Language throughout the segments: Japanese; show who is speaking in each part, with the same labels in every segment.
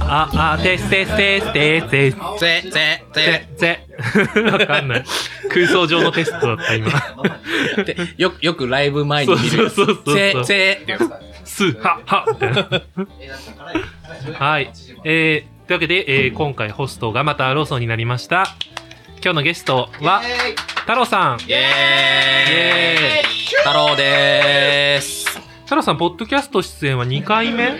Speaker 1: あ、あ、てすてすてすてすてす
Speaker 2: ぜ、ぜ、
Speaker 1: ぜ
Speaker 2: ぜ。、
Speaker 1: ぜ。わかんない。空想上のテストだった、今。
Speaker 2: ってよく、よくライブ前に見るやつ
Speaker 1: そうそうそうそう
Speaker 2: ぜ、ぜってやつ。
Speaker 1: す、は、は、みたいな。はい。えー、というわけで、えー、今回ホストがまたローソンになりました。今日のゲストは、太郎さん。
Speaker 2: イエーイ太郎でーす。
Speaker 1: 太郎さん、ポッドキャスト出演は2回目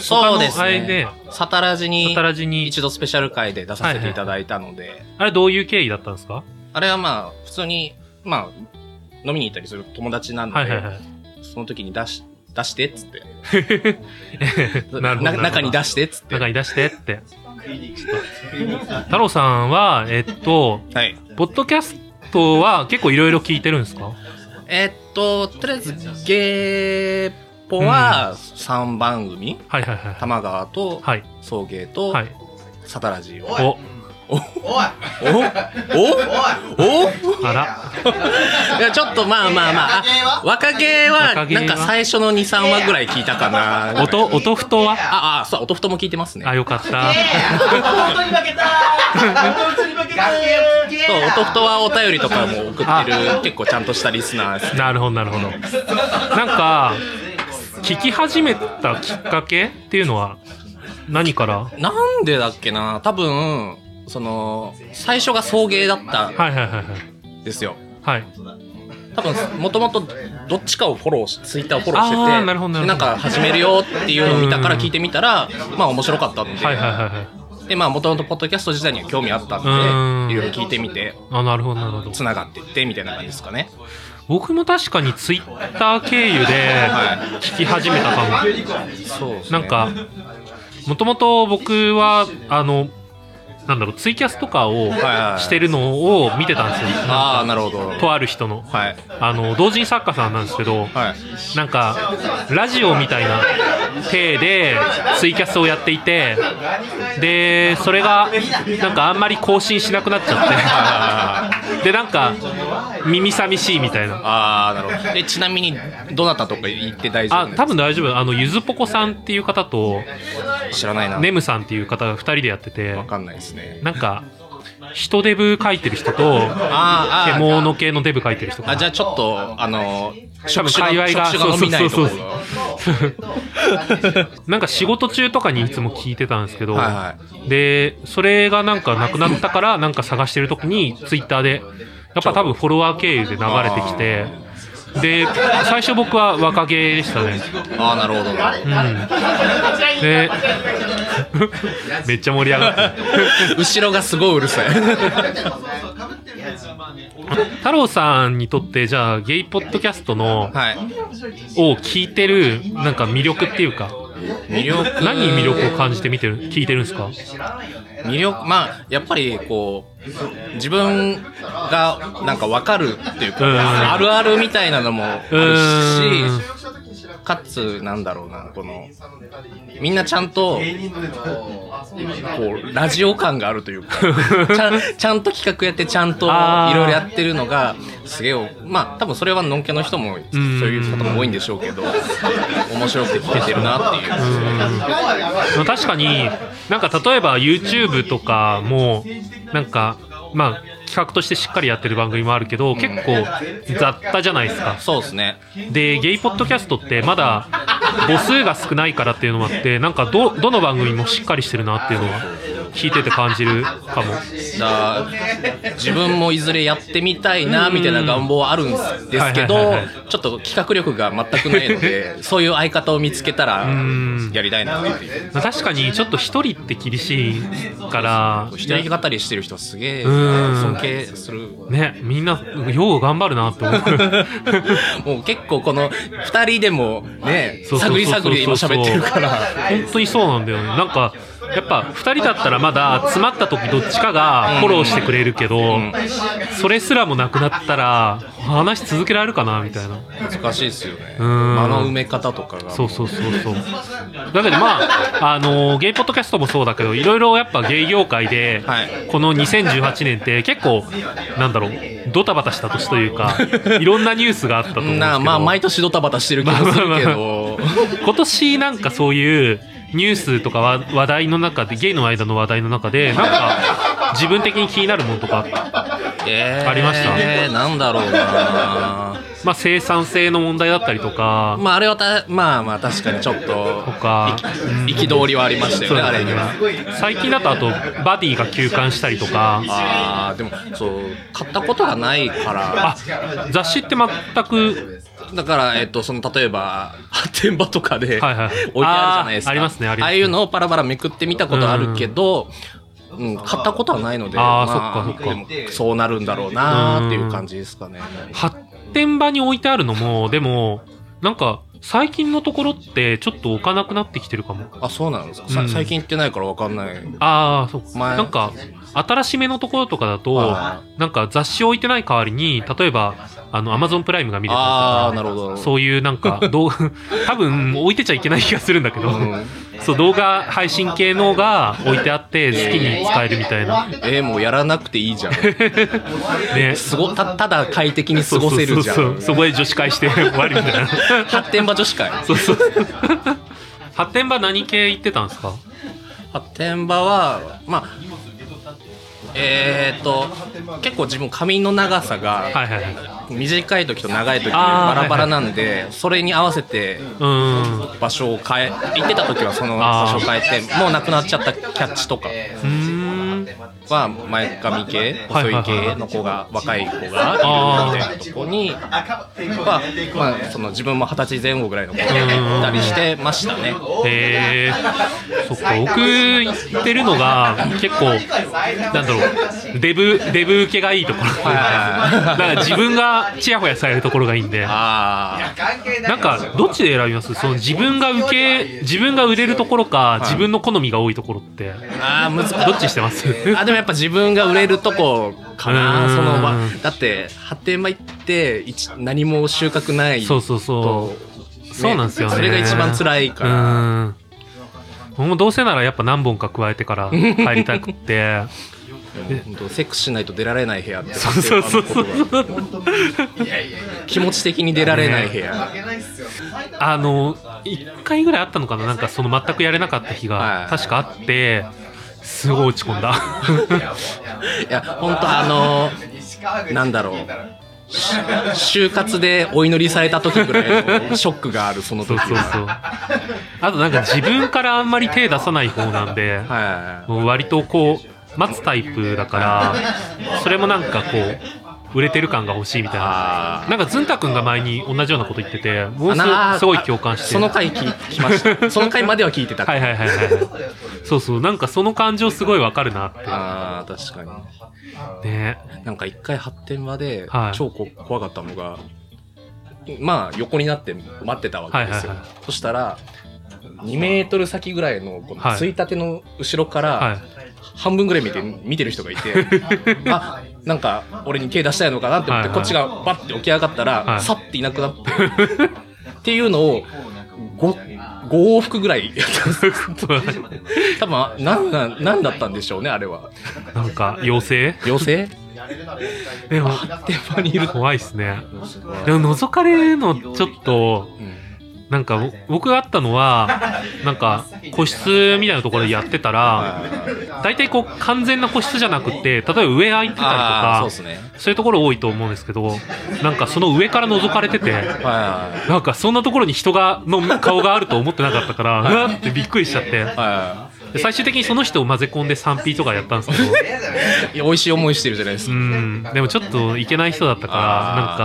Speaker 2: そうです
Speaker 1: 他のあれ
Speaker 2: ね。
Speaker 1: で、
Speaker 2: サタラジに
Speaker 1: たらじに、
Speaker 2: 一度スペシャル回で出させていただいたので、
Speaker 1: あれどういう経緯だったんですか
Speaker 2: あれはまあ、普通に、まあ、飲みに行ったりする友達なので、
Speaker 1: はいはいはい。
Speaker 2: その時に出し、出してっつって。
Speaker 1: なるほどなるほど
Speaker 2: 中に出してっつって。
Speaker 1: 中
Speaker 2: は
Speaker 1: に出してって。太郎さんは、えっと、
Speaker 2: い。
Speaker 1: ポッドキャストは結構いろいろ聞いてるんですか
Speaker 2: えーっと、とりあえず、ゲーポは3番組、
Speaker 1: はいはいはい。
Speaker 2: 玉川と、
Speaker 1: はい。
Speaker 2: 送迎と、
Speaker 1: はい。
Speaker 2: サタラジを。
Speaker 1: お、
Speaker 3: おい
Speaker 2: おお
Speaker 1: あら。
Speaker 2: いや、ちょっとまあまあまああ、若気
Speaker 1: 若
Speaker 2: は、
Speaker 1: 気は
Speaker 2: なんか最初の2、3話ぐらい聞いたかな。
Speaker 1: 音、音ふとは
Speaker 2: ああ、そう、音ふとも聞いてますね。
Speaker 1: あ、よかった。
Speaker 3: 音に負けたー音に負けた
Speaker 2: そう、
Speaker 3: ー
Speaker 2: 音ふとはお便りとかも送ってる、結構ちゃんとしたリスナーです。
Speaker 1: なるほど、なるほど。なんか、聞き始めたきっかけっていうのは、何から
Speaker 2: なんでだっけな多分、その、最初が送迎だった
Speaker 1: はいはいはいはい。
Speaker 2: んですよ。
Speaker 1: はい。
Speaker 2: 多分、もともとどっちかをフォローし、ツイッターをフォローしてて、
Speaker 1: あーなるほどなるほど
Speaker 2: でんか始めるよっていうのを見たから聞いてみたら、まあ面白かったので、
Speaker 1: はいはいはいはい。
Speaker 2: で、まあもともとポッドキャスト自体には興味あった
Speaker 1: うん
Speaker 2: んで、いろいろ聞いてみて、
Speaker 1: あ、なるほど、なるほど。
Speaker 2: 繋がってってみたいな感じですかね。
Speaker 1: 僕も確かにツイッター経由で
Speaker 2: は
Speaker 1: 聞き始めたかも。
Speaker 2: そうです
Speaker 1: な
Speaker 2: ね
Speaker 1: んか、もともと僕は、あの、なんだろう、ツイキャスとかを
Speaker 2: はい
Speaker 1: してるのを見てたんですよ。
Speaker 2: ああ、なるほど。
Speaker 1: とある人の。
Speaker 2: はい。
Speaker 1: あの、同人作家さんなんですけど、
Speaker 2: はい。
Speaker 1: なんか、ラジオみたいな体でツイキャスをやっていて、で、それが、なんかあんまり更新しなくなっちゃって、で、なんか、耳寂しいみたいな。
Speaker 2: ああ、なるほど。で、ちなみに、どなたとか言って大丈夫な
Speaker 1: あ
Speaker 2: んで、すか
Speaker 1: 多分大丈夫。あの、ゆずぽこさんっていう方と、
Speaker 2: 知らないな。
Speaker 1: ネムさんっていう方が2人でやってて
Speaker 2: わ、かんないですね。
Speaker 1: なんか、人デブ書いてる人と、
Speaker 2: あーあー
Speaker 1: 獣系のデブ書いてる人か
Speaker 2: あ、じゃ
Speaker 1: な。
Speaker 2: あちょっと、あの、
Speaker 1: 多分
Speaker 2: 職
Speaker 1: 界
Speaker 2: 種が、
Speaker 1: 隈が、
Speaker 2: 職種が伸びないところが。
Speaker 1: なんか仕事中とかにいつも聞いてたんですけど、
Speaker 2: はいは
Speaker 1: で、それがなんかなくなったから、なんか探してる時に、ツイッターで、やっぱ多分フォロワー経由で流れてきて、で、最初僕は若芸でしたね。
Speaker 2: ああ、なるほどな。
Speaker 1: うん。 で、めっちゃ盛り上がって。
Speaker 2: 後ろがすごいうるさい。
Speaker 1: 太郎さんにとって、じゃあ、ゲイポッドキャストの、
Speaker 2: はい。
Speaker 1: を聞いてる、なんか魅力っていうか、
Speaker 2: 魅力。
Speaker 1: 何に魅力を感じて見てる、聞いてるんですか
Speaker 2: 魅力、まあ、やっぱり、こう、自分が、なんかわかるっていう
Speaker 1: うん
Speaker 2: か、あるあるみたいなのもある
Speaker 1: うん
Speaker 2: し、かつ、なんだろうな、この、みんなちゃんと、こう、ラジオ感があるとい うか、ちゃん、ちゃんと企画やって、ちゃんとい
Speaker 1: あー
Speaker 2: ろいろやってるのが、すげえお、まあ、多分それはのんけの人も、そういう方も多いんでしょうけど、面白くて聞けてるなっていう。
Speaker 1: まあ確かになんか例えば YouTube とかもなんかまあ企画としてしっかりやってる番組もあるけど結構雑多じゃないですか
Speaker 2: そうですね。
Speaker 1: でゲイポッドキャストってまだ母数が少ないからっていうのもあってなんかどどの番組もしっかりしてるなっていうのは聞いてて感じるかも
Speaker 2: だ自分もいずれやってみたいなみたいな願望はあるんですけど
Speaker 1: はいはいはいは
Speaker 2: ちょっと企画力が全くない のでそういう相方を見つけたら
Speaker 1: ん
Speaker 2: やりたいなっていう
Speaker 1: まあ確かにちょっと一人って厳しいから
Speaker 2: 一人語りしてる人はすげえ
Speaker 1: うん
Speaker 2: 尊敬する
Speaker 1: ねみんなよう頑張るなって思う
Speaker 2: もう結構この二人でもね
Speaker 1: そうそうそうそう
Speaker 2: 探り探りで今喋ってるから
Speaker 1: 本当にそうなんだよねなんかやっぱ2人だったらまだ詰まった時どっちかがフォローしてくれるけど、それすらもなくなったら話し続けられるかなみたいな
Speaker 2: 難しいですよね
Speaker 1: うん
Speaker 2: 間の埋め方とかが
Speaker 1: そうそうそうそうだけどまああのゲイポッドキャストもそうだけどいろいろやっぱゲイ業界で、
Speaker 2: はい
Speaker 1: この2018年って結構なんだろうドタバタした年というかいろんなニュースがあったと思うんですけ
Speaker 2: な
Speaker 1: ど
Speaker 2: まあ毎年ドタバタしてる気がするけど
Speaker 1: 今年なんかそういうニュースとかは話題の中でゲイの間の話題の中 でなんか自分的に気になるものとかあった
Speaker 2: え ー、
Speaker 1: ありました
Speaker 2: えー、なんだろうな
Speaker 1: まあ生産性の問題だったりとか
Speaker 2: まああれはたまあまあ確かにちょっと
Speaker 1: とかうん
Speaker 2: 憤りはありましたよねあれには
Speaker 1: 最近だとあとバディが休館したりとか
Speaker 2: ああでもそう買ったことがないから
Speaker 1: あ雑誌って全く
Speaker 2: だからえっとその例えば発展場とかで置いて
Speaker 1: はいはい
Speaker 2: あるじゃないです
Speaker 1: あー
Speaker 2: か
Speaker 1: ありますねありますね
Speaker 2: あいうのをパラパラめくってみたことあるけどうん、買ったことはないので、
Speaker 1: あー
Speaker 2: ま
Speaker 1: そっかそっ
Speaker 2: でもそうなるんだろうなーっていう感じですかね。
Speaker 1: 発展場に置いてあるのもでもなんか最近のところってちょっと置かなくなってきてるかも
Speaker 2: あ、そうなんですか。さ
Speaker 1: うん
Speaker 2: 最近行ってないからわかんない。
Speaker 1: ああ、そうか。
Speaker 2: 前
Speaker 1: なんか、新しめのところとかだと
Speaker 2: は、
Speaker 1: なんか雑誌置いてない代わりに、例えば、あの、アマゾンプライムが見れたりと
Speaker 2: あ
Speaker 1: か
Speaker 2: あ、なるほど。
Speaker 1: そういうなんか、 動多分置いてちゃいけない気がするんだけど、
Speaker 2: ん
Speaker 1: そう、動画配信系のが置いてあって、好きに使えるみたいな。
Speaker 2: えー、もうやらなくていいじゃん。
Speaker 1: ね。
Speaker 2: すごたただ快適に過ごせるじゃ
Speaker 1: そうそうそ
Speaker 2: ん
Speaker 1: う。そこで女子会して 終わりみたいな。
Speaker 2: 発展場女子会
Speaker 1: そうそう。発展場何系行ってたんですか
Speaker 2: 発展場はまあえー、っと結構自分髪の長さ
Speaker 1: は
Speaker 2: が
Speaker 1: いはいはい。
Speaker 2: 短い時と長い時で
Speaker 1: あー
Speaker 2: バラバラなんで、それに合わせて
Speaker 1: うーん。
Speaker 2: 場所を変え行ってた時はその場
Speaker 1: あー
Speaker 2: 所を変えてもうなくなっちゃったキャッチとか
Speaker 1: うーん。
Speaker 2: は前髪系
Speaker 1: はい
Speaker 2: 細い系の子が若い子が
Speaker 1: あー
Speaker 2: いるみたいなとこには、まあ、その自分も二十歳前後ぐらいの子がいたりしてましたね。
Speaker 1: へえそっか僕行ってるのが結構なんだろうデブデブ受けがいいところ
Speaker 2: はい はいは
Speaker 1: だか
Speaker 2: い
Speaker 1: ら自分がチヤホヤされるところがいいんで
Speaker 2: ああ、
Speaker 1: なんかどっちで選びますその自分が受け自分が売れるところか自分の好みが多いところって
Speaker 2: ああ、むず
Speaker 1: どっちにしてます
Speaker 2: あ、でもやっぱ自分が売れるとこか
Speaker 1: う
Speaker 2: な、
Speaker 1: ん
Speaker 2: その場。だって、発展場行って、一何も収穫ない
Speaker 1: そう
Speaker 2: と。
Speaker 1: そうそうそうなんですよね
Speaker 2: それが一番辛いから。
Speaker 1: うん僕もどうせならやっぱ何本か加えてから入りたく って
Speaker 2: でも本当セックスしないと出られない部屋って。
Speaker 1: そうそうそうそう
Speaker 2: 気持ち的に出られない部屋。
Speaker 1: あの1回ぐらいあったのかななんかその全くやれなかった日
Speaker 2: は
Speaker 1: が
Speaker 2: い
Speaker 1: 確かあってすごい落ち込んだ
Speaker 2: いや、本当あのなんだろう。し就活でお祈りされた時ぐ らいのショックがある、その
Speaker 1: そう
Speaker 2: 時
Speaker 1: そうそう
Speaker 2: は。
Speaker 1: あとなんか自分からあんまり手出さない方なんで
Speaker 2: はい。
Speaker 1: もう割とこう待つタイプだからそれもなんかこう売れてる感が欲しいみたい
Speaker 2: あ
Speaker 1: ななんかずんたくんが前に同じようなこと言っててもう
Speaker 2: あ
Speaker 1: す
Speaker 2: なー
Speaker 1: すごい共感して
Speaker 2: その回聞きました。その回までは聞いてた。
Speaker 1: はいはいはいはいはいそうそうなんかその感情すごいわかるなっ
Speaker 2: ああ、確かに。
Speaker 1: てね
Speaker 2: なんか一回発展場で
Speaker 1: はい
Speaker 2: 超こ怖かったのが、まあ横になって待ってたわけですよ、
Speaker 1: はいはい
Speaker 2: そしたら2メートル先ぐらいのこの
Speaker 1: はい
Speaker 2: ついたての後ろか
Speaker 1: は
Speaker 2: ら
Speaker 1: い
Speaker 2: 半分ぐらい見て見てる人がいてあなんか俺に手出したいのかなって思って
Speaker 1: はいはい
Speaker 2: こっちがバッて起き上がった
Speaker 1: は
Speaker 2: ら
Speaker 1: い
Speaker 2: さっていなくなってっていうのを 5, 往復ぐらいやったんです よ多分なんなんなんだったんでしょうねあれは
Speaker 1: なんか妖精
Speaker 2: 妖精
Speaker 1: でも
Speaker 2: 発展場にいる
Speaker 1: 怖いっすねでも覗かれるのちょっと
Speaker 2: うん
Speaker 1: なんかぼ僕があったのはなんか個室みたいなところでやってたら大体こう完全な個室じゃなくて例えば上空いてたりと
Speaker 2: あ
Speaker 1: か
Speaker 2: あーそうですね
Speaker 1: そういうところ多いと思うんですけどなんかその上から覗かれてて
Speaker 2: は
Speaker 1: なんかそんなところに人がの顔があると思ってなかったからうわってびっくりしちゃって
Speaker 2: いは
Speaker 1: で最終的にその人を混ぜ込んで 3P とかやったんです けど
Speaker 2: いいや美味しい思いしてるじゃないです
Speaker 1: う
Speaker 2: か、
Speaker 1: んでもちょっといけない人だったから
Speaker 2: あ
Speaker 1: なん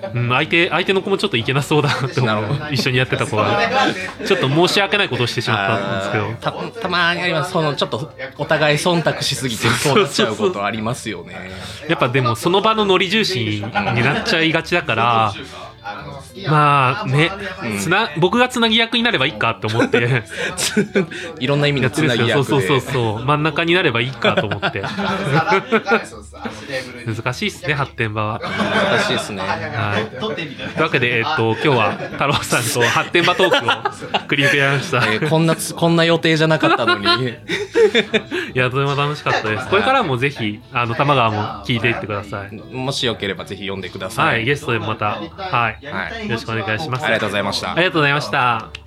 Speaker 1: か、うん、相手相手の子もちょっといけなそうだなって思
Speaker 2: なるほ
Speaker 1: う一緒にやってた子がちょっと申し訳ないことをしてしまったんですけど
Speaker 2: あーたたまにありますそのちょっとお互い忖度しすぎてそうなっちゃうことあります よね
Speaker 1: やっぱでもその場のノリ重視になっちゃいがちだからまあね、
Speaker 2: うん
Speaker 1: つな僕がつなぎ役になればいいかって 思って
Speaker 2: いろんな意味
Speaker 1: や
Speaker 2: の
Speaker 1: っ
Speaker 2: つ
Speaker 1: てるん
Speaker 2: な
Speaker 1: です
Speaker 2: ぎ
Speaker 1: よ
Speaker 2: 役
Speaker 1: そうそう
Speaker 2: で
Speaker 1: そうそう真ん中になればいいかと思って難しいっすね発展場は。
Speaker 2: 難しいですね
Speaker 1: はい、というわけで、えっと、今日は太郎さんと発展場トークを繰り広げました。
Speaker 2: えーこんなつこんな予定じゃなかったのに
Speaker 1: いや、とても楽しかった です。これからもぜひ、あの、玉川も聞いていってください。
Speaker 2: もしよければぜひ読んでくださ、
Speaker 1: はいい、ゲストでもまた、はい、よろしくお願いします。
Speaker 2: ありがとうございました
Speaker 1: ありがとうございました。